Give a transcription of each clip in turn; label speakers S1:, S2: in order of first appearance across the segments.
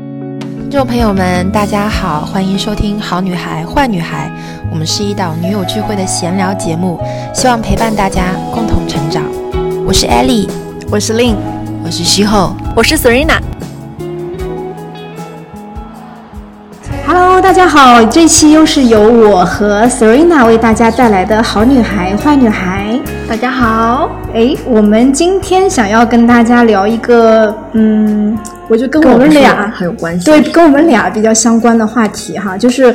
S1: 听众朋友们，大家好，欢迎收听《好女孩坏女孩》，我们是一档女友聚会的闲聊节目，希望陪伴大家共同成长。我是 Ellie，
S2: 我是 Lin，
S1: 我是西后，
S3: 我是 Serena。
S2: Hello，大家好，这期又是由我和 Serena 为大家带来的《好女孩坏女孩》。
S3: 大家好，
S2: 哎，我们今天想要跟大家聊一个，嗯，我就跟我们俩
S3: 很有关系，
S2: 对，跟我们俩比较相关的话题哈，就是，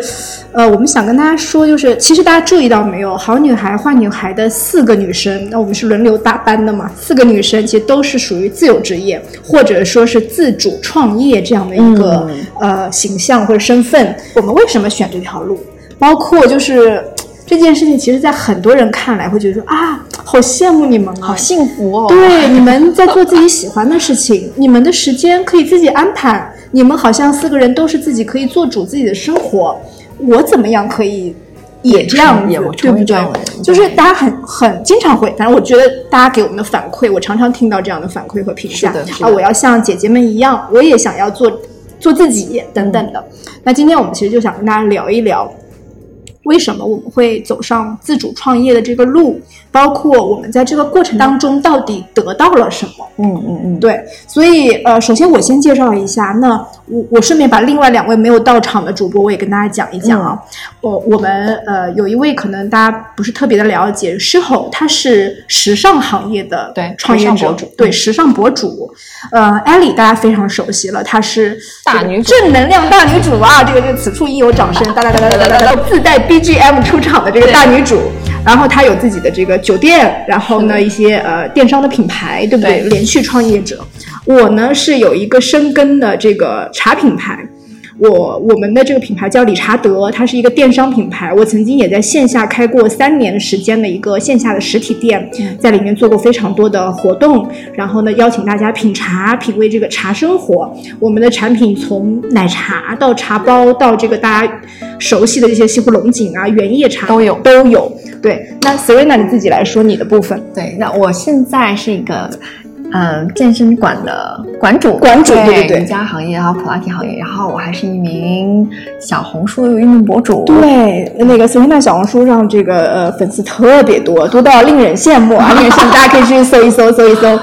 S2: 呃，我们想跟大家说，就是其实大家注意到没有，《好女孩坏女孩》的四个女生，那我们是轮流搭班的嘛，四个女生其实都是属于自由职业，或者说是自主创业这样的一个、
S3: 嗯
S2: 呃形象或者身份。我们为什么选这条路？包括就是这件事情，其实在很多人看来会觉得说啊，好羡慕你们啊，
S3: 好幸福哦。
S2: 对，你们在做自己喜欢的事情， 你们的时间可以自己安排，你们好像四个人都是自己可以做主自己的生活。我怎么样可以也这样子
S3: 也我，
S2: 对
S3: 成为
S2: 不
S3: 这
S2: 对
S3: 样的人？
S2: 就是大家很很经常会，反正我觉得大家给我们的反馈，我常常听到这样的反馈和评价
S3: 是的是的
S2: 啊，我要像姐姐们一样，我也想要做做自己等等的。
S3: 嗯
S2: 那今天我们其实就想跟大家聊一聊，为什么我们会走上自主创业的这个路，包括我们在这个过程当中到底得到了什么。
S3: 嗯嗯嗯，
S2: 对，所以呃，首先我先介绍一下，那我我顺便把另外两位没有到场的主播，我也跟大家讲一讲
S3: 嗯
S2: 啊。我我们呃有一位可能大家不是特别的了解，狮吼他是时尚行业的
S3: 对
S2: 创业
S3: 时尚
S2: 者
S3: 博主，
S2: 对时尚博主。呃，艾莉大家非常熟悉了，她是
S3: 大
S2: 这个
S3: 女主
S2: 正能量大女主啊，这个这个此处应有掌声，哒哒哒哒哒哒哒哒，自带 BGM 出场的这个大女主。然后她有自己的这个酒店，然后呢一些呃电商的品牌，对不对？
S3: 对
S2: 连续创业者，我呢是有一个深耕的这个茶品牌。我我们的这个品牌叫理查德，它是一个电商品牌。我曾经也在线下开过三年时间的一个线下的实体店，
S3: 嗯
S2: 在里面做过非常多的活动，然后呢邀请大家品茶，品味这个茶生活。我们的产品从奶茶到茶包到这个大家熟悉的这些西湖龙井啊、原叶茶
S3: 都有
S2: 都有。对，那 Serena 你自己来说你的部分。
S3: 对，那我现在是一个。嗯，健身馆的馆主，
S2: 馆主对对对
S3: 瑜伽行业，然后普拉提行业，然后我还是一名小红书运动博主，
S2: 对，那个 Serena 小红书上这个呃粉丝特别多，多到令人羡慕 啊！令人羡慕，大家可以去搜一搜，搜一搜。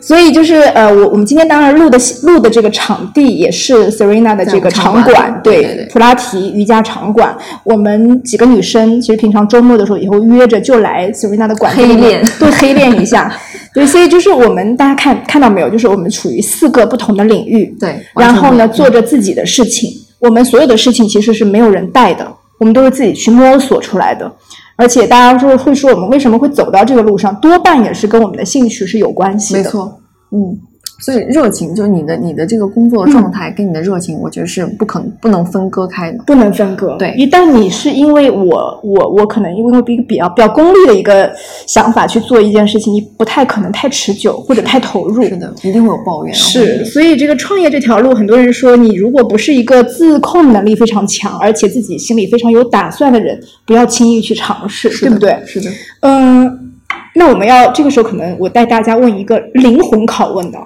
S2: 所以就是呃，我我们今天当然录的录的这个场地也是 Serena 的这个
S3: 在我
S2: 场
S3: 们场馆
S2: 馆，
S3: 对对对
S2: 普拉提瑜伽场馆。我们几个女生其实平常周末的时候也会约着就来 Serena 的馆
S3: 黑
S2: 子里面
S3: 练
S2: 对黑练一下。对，所以就是我们大家看看到没有，就是我们处于四个不同的领域，
S3: 对，
S2: 然后
S3: 完全不嗯
S2: 呢，
S3: 一样
S2: 做着自己的事情。我们所有的事情其实是没有人带的，我们都是自己去摸索出来的。而且大家就是会说，我们为什么会走到这个路上，多半也是跟我们的兴趣是有关系的。
S3: 没，错，嗯，所以热情就是你的你的这个工作状态跟你的热情，我觉得是不可不能分割开的，
S2: 不能分割。
S3: 对
S2: 一旦你是因为我我我可能因为一个比较比较功利的一个想法去做一件事情，你不太可能太持久或者太投入。
S3: 是的，一定会有抱怨，
S2: 是，所以这个创业这条路，很多人说，你如果不是一个自控能力非常强，而且自己心里非常有打算的人，不要轻易去尝试，
S3: 是
S2: 对
S3: 的
S2: 不对？
S3: 是的，
S2: 嗯，那我们要这个时候，可能我带大家问一个灵魂拷问的：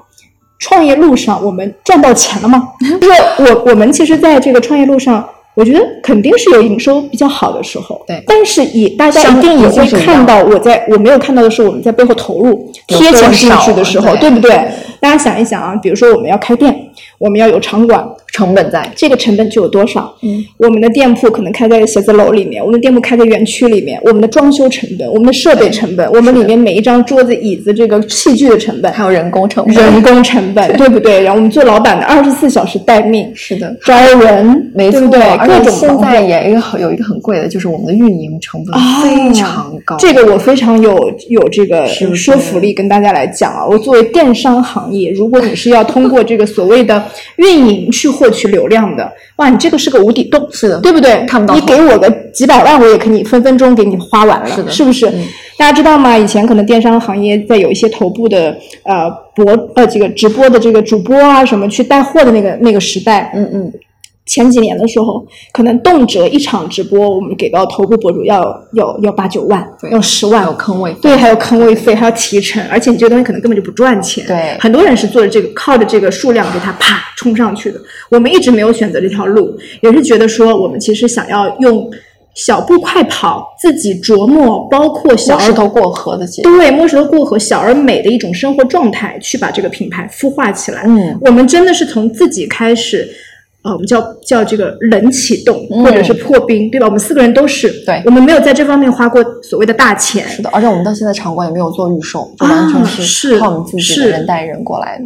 S2: 创业路上我们赚到钱了吗？ 就是我我们其实在这个创业路上，我觉得肯定是有营收比较好的时候，
S3: 对
S2: 但是也大家一
S3: 相
S2: 定也
S3: 比就
S2: 会
S3: 是一样
S2: 看到我在我没有看到的是我们在背后投入
S3: 有
S2: 贴
S3: 多
S2: 钱进
S3: 少
S2: 去的
S3: 啊
S2: 时候，
S3: 对
S2: 对不对
S3: 对？
S2: 大家想一想啊，比如说我们要开店，我们要有场馆，
S3: 成本在，
S2: 这个成本就有多少？
S3: 嗯，
S2: 我们的店铺可能开在写字楼里面，我们的店铺开在园区里面，我们的装修成本、我们的设备成本、我们里面每一张桌子、椅子这个器具的成本，
S3: 还有人工成本，
S2: 人工成本，对不对？然后我们做老板的二十四小时待命，
S3: 是的。
S2: 招人，
S3: 没
S2: 对
S3: 错，
S2: 不对？
S3: 而
S2: 各
S3: 且
S2: 种
S3: 现
S2: 忙
S3: 在也有一个很有一个很贵的，就是我们的运营成本
S2: 啊
S3: 非常高。
S2: 这个我非常有有这个
S3: 是不是
S2: 说服力跟大家来讲啊。我作为电商行业，如果你是要通过这个所谓的运营去获取流量的，哇，你这个是个无底洞，
S3: 是的
S2: 对不对？
S3: 看不到
S2: 你
S3: 头
S2: 给我个几百万，我也给你分分钟给你花完了，
S3: 是的
S2: 不是？
S3: 嗯
S2: 大家知道吗？以前可能电商行业在有一些头部的呃博呃这个直播的这个主播啊什么去带货的那个那个时代，
S3: 嗯嗯，
S2: 前几年的时候，可能动辄一场直播，我们给到头部博主要要要八九万，
S3: 对
S2: 要十
S3: 还
S2: 万
S3: 有，坑位，
S2: 对，还有坑位费，还有提成，而且你这个东西可能根本就不赚钱。
S3: 对
S2: 很多人是做着这个，靠着这个数量给它啪冲上去的。我们一直没有选择这条路，也是觉得说我们其实想要用小步快跑，自己琢磨，包括小
S3: 小
S2: 儿
S3: 石头过河的节奏，
S2: 对摸石头过河、小而美的一种生活状态，去把这个品牌孵化起来。
S3: 嗯，
S2: 我们真的是从自己开始，呃，我们叫叫这个冷启动，
S3: 嗯
S2: 或者是破冰，对吧？我们四个人都是，
S3: 对
S2: 我们没有在这方面花过所谓的大钱，
S3: 是的，而且我们到现在场馆也没有做预售，就
S2: 啊
S3: 完全
S2: 是
S3: 靠我们自己
S2: 是
S3: 的人带人过来的。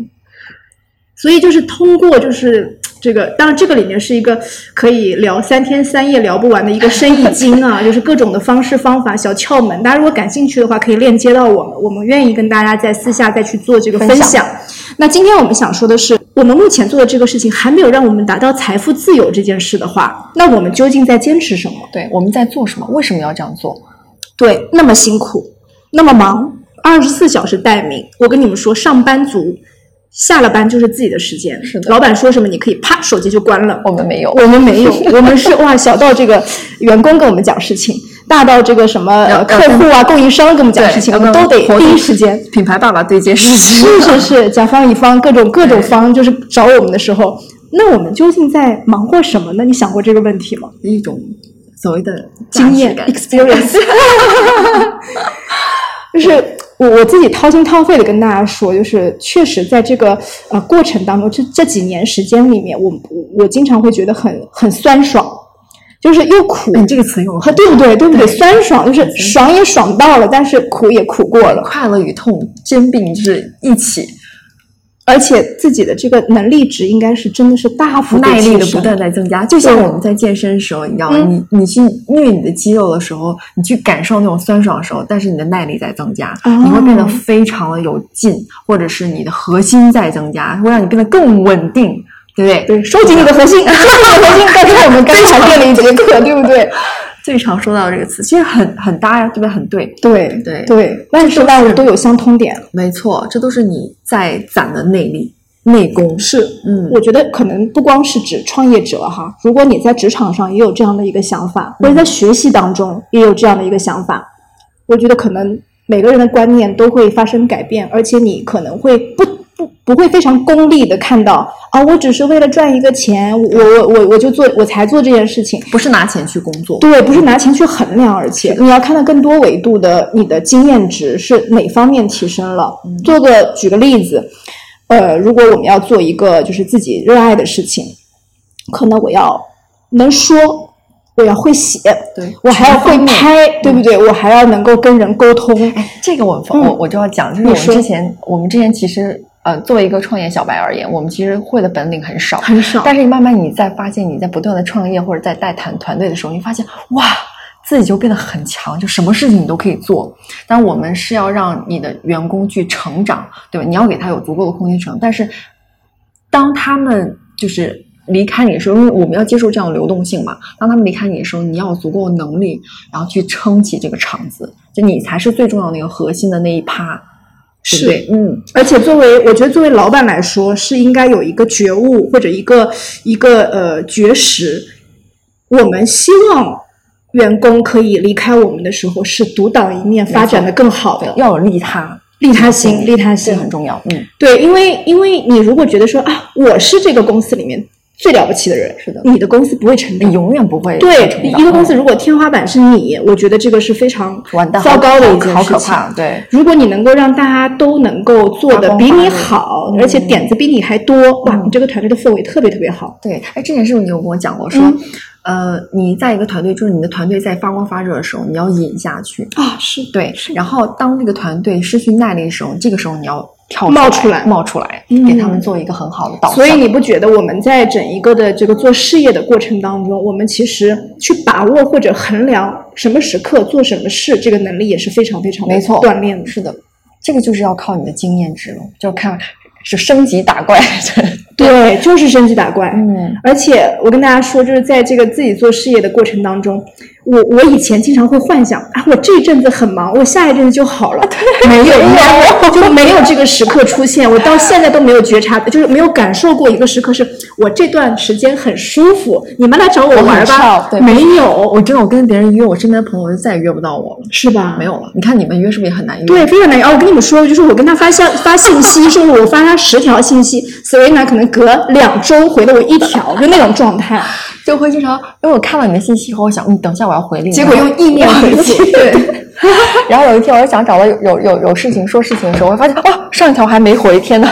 S2: 所以就是通过就是这个，当然这个里面是一个可以聊三天三夜聊不完的一个生意经 啊，就是各种的方式方法、小窍门。大家如果感兴趣的话，可以链接到我们，我们愿意跟大家在私下再去做这个分
S3: 分享
S2: 那今天我们想说的是，我们目前做的这个事情还没有让我们达到财富自由这件事的话，那我们究竟在坚持什么？
S3: 对，我们在做什么？为什么要这样做？
S2: 对，那么辛苦，那么忙，二十四小时待命。我跟你们说，上班族下了班就是自己的时间。
S3: 是的
S2: 老板说什么你可以啪手机就关了。
S3: 我们没有，
S2: 我们 没有，我们是哇，小到这个员工跟我们讲事情，大到这个什么
S3: 要
S2: 呃
S3: 要
S2: 客户啊、供应商跟我们讲事情，我们都得第一时间。
S3: 品牌爸爸对接事情。
S2: 是是是，甲方乙方各种各种方就是找我们的时候，那我们究竟在忙过什么呢？你想过这个问题吗？
S3: 一种所谓的
S2: 经验 experience。就是我我自己掏心掏肺的跟大家说，就是确实在这个呃过程当中，这这几年时间里面，我我我经常会觉得很很酸爽，就是又苦，
S3: 哎你这个词用得
S2: 和
S3: 很
S2: 对不对？对不对？
S3: 对
S2: 酸爽就是爽也爽到了，但是苦也苦过了，
S3: 快乐与痛兼并，就是一起
S2: 而且自己的这个能力值应该是真的是大幅地
S3: 耐力的
S2: 提
S3: 不
S2: 升
S3: 断在增加。就像
S2: 对
S3: 我们在健身的时候，你知道吗？
S2: 嗯
S3: 你你去虐你的肌肉的时候，你去感受那种酸爽的时候，但是你的耐力在增加，
S2: 哦
S3: 你会变得非常的有劲，或者是你的核心在增加，会让你变得更稳定，对不对？
S2: 对，收紧你的核心，收紧你的核心。刚才我们刚才 练了一节课，对不对？
S3: 最常说到这个词，其实很很搭呀，对不对？很对，
S2: 对
S3: 对
S2: 对，万事万物都有相通点。
S3: 没错，这都是你在攒的内力、内功。
S2: 是，
S3: 嗯，
S2: 我觉得可能不光是指创业者哈，如果你在职场上也有这样的一个想法，或者在学习当中也有这样的一个想法，我觉得可能每个人的观念都会发生改变，而且你可能会不。不不会非常功利的看到啊，我只是为了赚一个钱，我我我我就做我才做这件事情，
S3: 不是拿钱去工作，
S2: 对，不是拿钱去衡量，而且你要看到更多维度的你的经验值是哪方面提升了。
S3: 嗯
S2: 做个举个例子，呃，如果我们要做一个就是自己热爱的事情，可能我要能说，我要会写，
S3: 对
S2: 我还要会
S3: 全方面
S2: 拍，对不对？我还要能够跟人沟通。
S3: 哎，这个我
S2: 嗯
S3: 我我就要讲，就是我
S2: 你
S3: 们
S2: 说
S3: 之前，我们之前其实呃，作为一个创业小白而言，我们其实会的本领很少，
S2: 很少
S3: 但是你慢慢你在发现你在不断的创业或者在带团团队的时候，你发现哇，自己就变得很强，就什么事情你都可以做。但我们是要让你的员工去成长，对吧？你要给他有足够的空间成长。但是当他们就是离开你的时候，因为我们要接受这样的流动性嘛，当他们离开你的时候，你要有足够的能力，然后去撑起这个场子，就你才是最重要的那个核心的那一趴，对不对？嗯，
S2: 而且作为我觉得作为老板来说，是应该有一个觉悟或者一个一个呃觉识。我们希望员工可以离开我们的时候是独当一面，
S3: 错
S2: 发展的更好
S3: 对
S2: 的，，
S3: 要有利他，
S2: 利他心，利他
S3: 这
S2: 心
S3: 个很重要。嗯，
S2: 对，因为因为你如果觉得说啊，我是这个公司里面最了不起的人，
S3: 是的
S2: 你的公司不会成
S3: 你
S2: 长。
S3: 永远不会
S2: 对，
S3: 成长
S2: 一个公司
S3: 嗯
S2: 如果天花板是你，我觉得这个是非常
S3: 完蛋，
S2: 糟糕的一件事情。
S3: 好可怕，对。
S2: 如果你能够让大家都能够做的比你好
S3: 发光，发热
S2: 而且点子比你还多，哇，
S3: 嗯
S2: 你这个团队的氛围特别特别好。
S3: 对，哎，这件事你有跟我讲过，说，
S2: 嗯
S3: 呃，你在一个团队，就是你的团队在发光发热的时候，你要引下去，
S2: 啊，是
S3: 对。然后当这个团队失去耐力的时候，这个时候你要跳
S2: 冒
S3: 出
S2: 出来
S3: 冒出来，
S2: 嗯
S3: 给他们做一个很好的导向。
S2: 所以你不觉得我们在整一个的这个做事业的过程当中，我们其实去把握或者衡量什么时刻做什么事，这个能力也是非常非常地
S3: 没错
S2: 锻炼的。
S3: 是的，这个就是要靠你的经验值了，就看是升级打怪。
S2: 对，就是升级打怪。
S3: 嗯
S2: 而且我跟大家说，就是在这个自己做事业的过程当中，我我以前经常会幻想啊，我这一阵子很忙，我下一阵子就好了。 没有，没有，就没有这个时刻出现。我到现在都没有觉察，就是没有感受过一个时刻是，我这段时间很舒服，你们来找我
S3: 我很
S2: 玩吧
S3: chill，。对
S2: 没有，
S3: 我真的，我跟别人约，我身边的朋友就再也约不到我了，
S2: 是吧？
S3: 没有了。你看你们约是不是也很难约？
S2: 对，非常难熬。我跟你们说，就是我跟他发 消发信息，就是我发他十条信息，Serena 可能隔两周回了我一条，就那种状态，
S3: 就会经常，因为我看到你的信息以后，我想，嗯，等一下我要回你。
S2: 结果用意念回 复。对，
S3: 然后有一天，我就想找到有有有有事情说事情的时候，我发现哇，上一条还没回，天 呐。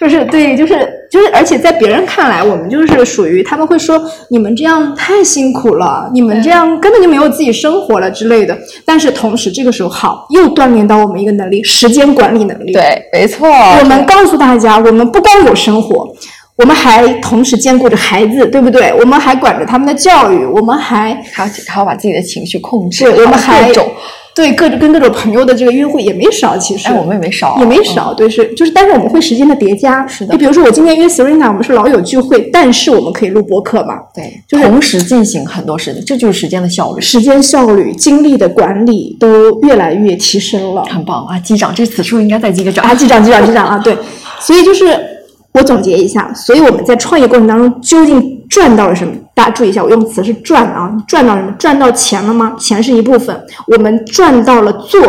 S2: 就是对，就是就是，而且在别人看来，我们就是属于他们会说你们这样太辛苦了，你们这样根本就没有自己生活了之类的。但是同时，这个时候好又锻炼到我们一个能力——时间管理能力。。
S3: 对，没错。
S2: 我们告诉大家，我们不光有生活，我们还同时兼顾着孩子，对不对？我们还管着他们的教育，我们还
S3: 还要还要把自己的情绪控制，
S2: 对，我们
S3: 还有
S2: 还
S3: 各种，
S2: 对各跟各种朋友的这个约会也没少，其实
S3: 哎，我们也没少，嗯
S2: 也没少，对，是就是，但是我们会时间的叠加。
S3: 是的
S2: 就比如说我今天约 Serena，我们是老友聚会，但是我们可以录播课嘛，
S3: 嗯，对，
S2: 就是
S3: 同时进行很多事情，这就是时间的效率，
S2: 时间效率、精力的管理都越来越提升了。
S3: 很棒啊！击掌，这此处应该再击个掌
S2: 啊，机长，机长，机长啊，对，所以就是我总结一下，所以我们在创业过程当中究竟赚到了什么？大家注意一下，我用词是赚啊，赚到什么？赚到钱了吗？钱是一部分，我们赚到了做，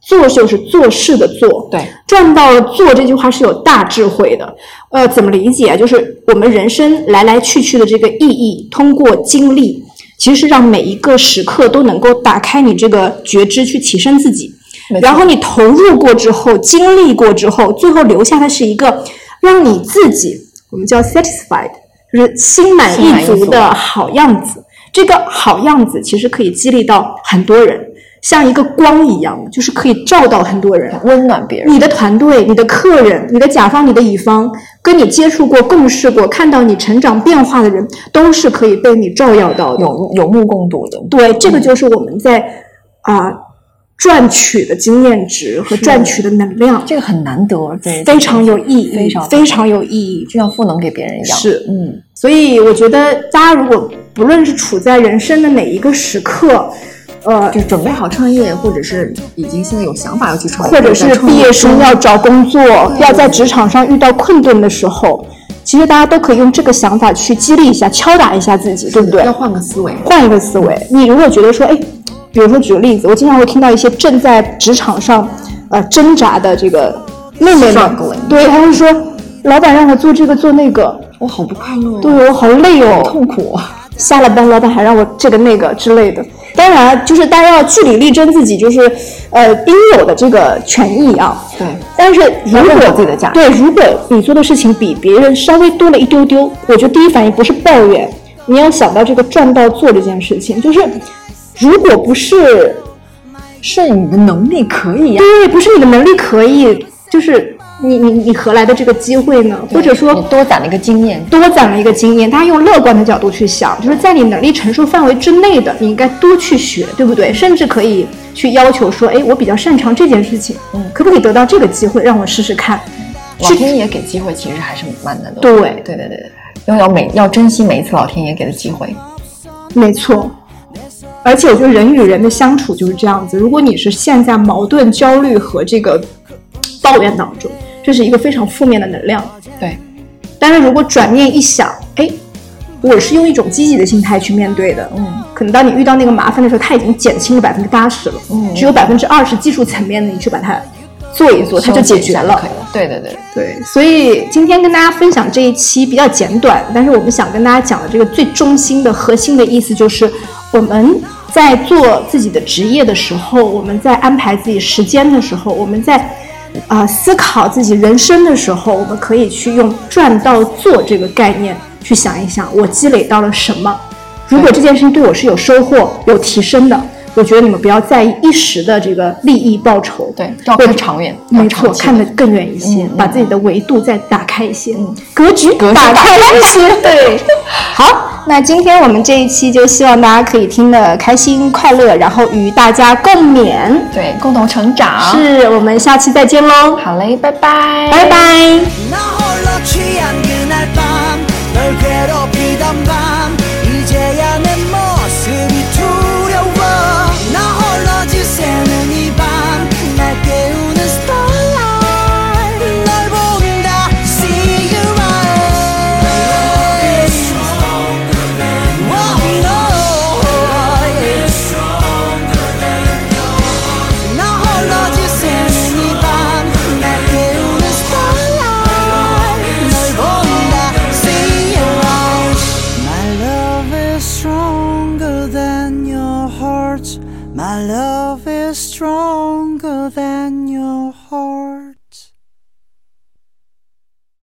S2: 做就是做事的做，
S3: 对，
S2: 赚到了做这句话是有大智慧的。呃，怎么理解啊？就是我们人生来来去去的这个意义，通过经历，其实是让每一个时刻都能够打开你这个觉知，去提升自己。
S3: 没错
S2: 然后你投入过之后，经历过之后，最后留下的是一个让你自己，我们叫 satisfied，就是心满
S3: 心满
S2: 意
S3: 意
S2: 足
S3: 足
S2: 的好样子。这个好样子其实可以激励到很多人，像一个光一样，就是可以照到很多人。
S3: 温暖别人，
S2: 你的团队、你的客人、你的甲方、你的乙方，跟你接触过、共事过、看到你成长变化的人，都是可以被你照耀到的。
S3: 有有目共睹的，
S2: 对，这个就是我们在啊、赚取的经验值和
S3: 是
S2: 赚取的能量，
S3: 这个很难得，对，
S2: 非常有意义，
S3: 非常
S2: 有意义。
S3: 就像赋能给别人一样，
S2: 是，
S3: 嗯，
S2: 所以我觉得大家如果不论是处在人生的哪一个时刻，呃，
S3: 就准备好创业，或者是已经现在有想法要去创业，
S2: 或者
S3: 在
S2: 是
S3: 创
S2: 毕
S3: 业
S2: 业生
S3: 中嗯
S2: 要找工作，要在职场上遇到困顿的时候，其实大家都可以用这个想法去激励一下、敲打一下自己，对不对
S3: 要？换个思维，
S2: 换一个思维，你如果觉得说，哎，比如说举个例子，我经常会听到一些正在职场上呃挣扎的这个妹妹们
S3: Struggling，
S2: 对，她会说，老板让我做这个做那个，
S3: 我好不快乐，
S2: 对，我好累哦，
S3: 痛苦，啊
S2: 下了班老板还让我这个那个之类的。当然，就是大家要据理力争自己就是呃应有的这个权益啊。
S3: 对
S2: 但是如
S3: 要认
S2: 果
S3: 可自己的价值
S2: 对，如果你做的事情比别人稍微多了一丢丢，我觉得第一反应不是抱怨，你要想到这个赚到做这件事情，就是如果不是
S3: 是你的能力可以呀，
S2: 对，不是你的能力可以，就是你你你何来的这个机会呢？或者说
S3: 你多攒了一个经验，
S2: 多攒了一个经验，大家用乐观的角度去想，就是在你能力承受范围之内的，你应该多去学，对不对？甚至可以去要求说，哎，我比较擅长这件事情，
S3: 嗯
S2: 可不可以得到这个机会让我试试看？
S3: 老天爷给机会其实还是蛮难的。
S2: 对
S3: 对对对，要要每要珍惜每一次老天爷给的机会。
S2: 没错。而且我觉得人与人的相处就是这样子，如果你是陷在矛盾、焦虑和这个抱怨当中，这是一个非常负面的能量。
S3: 对，
S2: 但是如果转念一想，哎，我是用一种积极的心态去面对的，
S3: 嗯，
S2: 可能当你遇到那个麻烦的时候，它已经减轻了百分之八十了，
S3: 嗯
S2: 只有百分之二十技术层面的你去把它做一做，它就解决了
S3: 可以。了。对对对，
S2: 对，所以今天跟大家分享这一期比较简短，但是我们想跟大家讲的这个最中心的核心的意思就是，我们在做自己的职业的时候，我们在安排自己时间的时候，我们在啊、呃思考自己人生的时候，我们可以去用赚到做这个概念去想一想，我积累到了什么。如果这件事情对我是有收获、有提升的，我觉得你们不要在意一时的这个利益报酬，
S3: 对要看长远
S2: 没
S3: 要
S2: 错，
S3: 长期
S2: 看得更远一些，
S3: 嗯嗯
S2: 把自己的维度再打开一些，
S3: 嗯
S2: 格局
S3: 格局
S2: 打
S3: 打
S2: 开一些。对，好，那今天我们这一期就希望大家可以听得开心快乐，然后与大家共勉。
S3: 对，共同成长。
S2: 是我们下期再见喽，
S3: 好嘞，拜拜，
S2: 拜拜。
S4: 然后老 취한 그날 밤 널 괴롭히던 밤 이제야 내 모습이 두려워 나 홀로 지새는 이 밤 날 깨우는 starlight 널 본다 see you eyes oh no 나 홀로 지새는 이밤날 깨우는 starlight 널 본다 see you out My love is stronger than your heart My love is stronger than your heart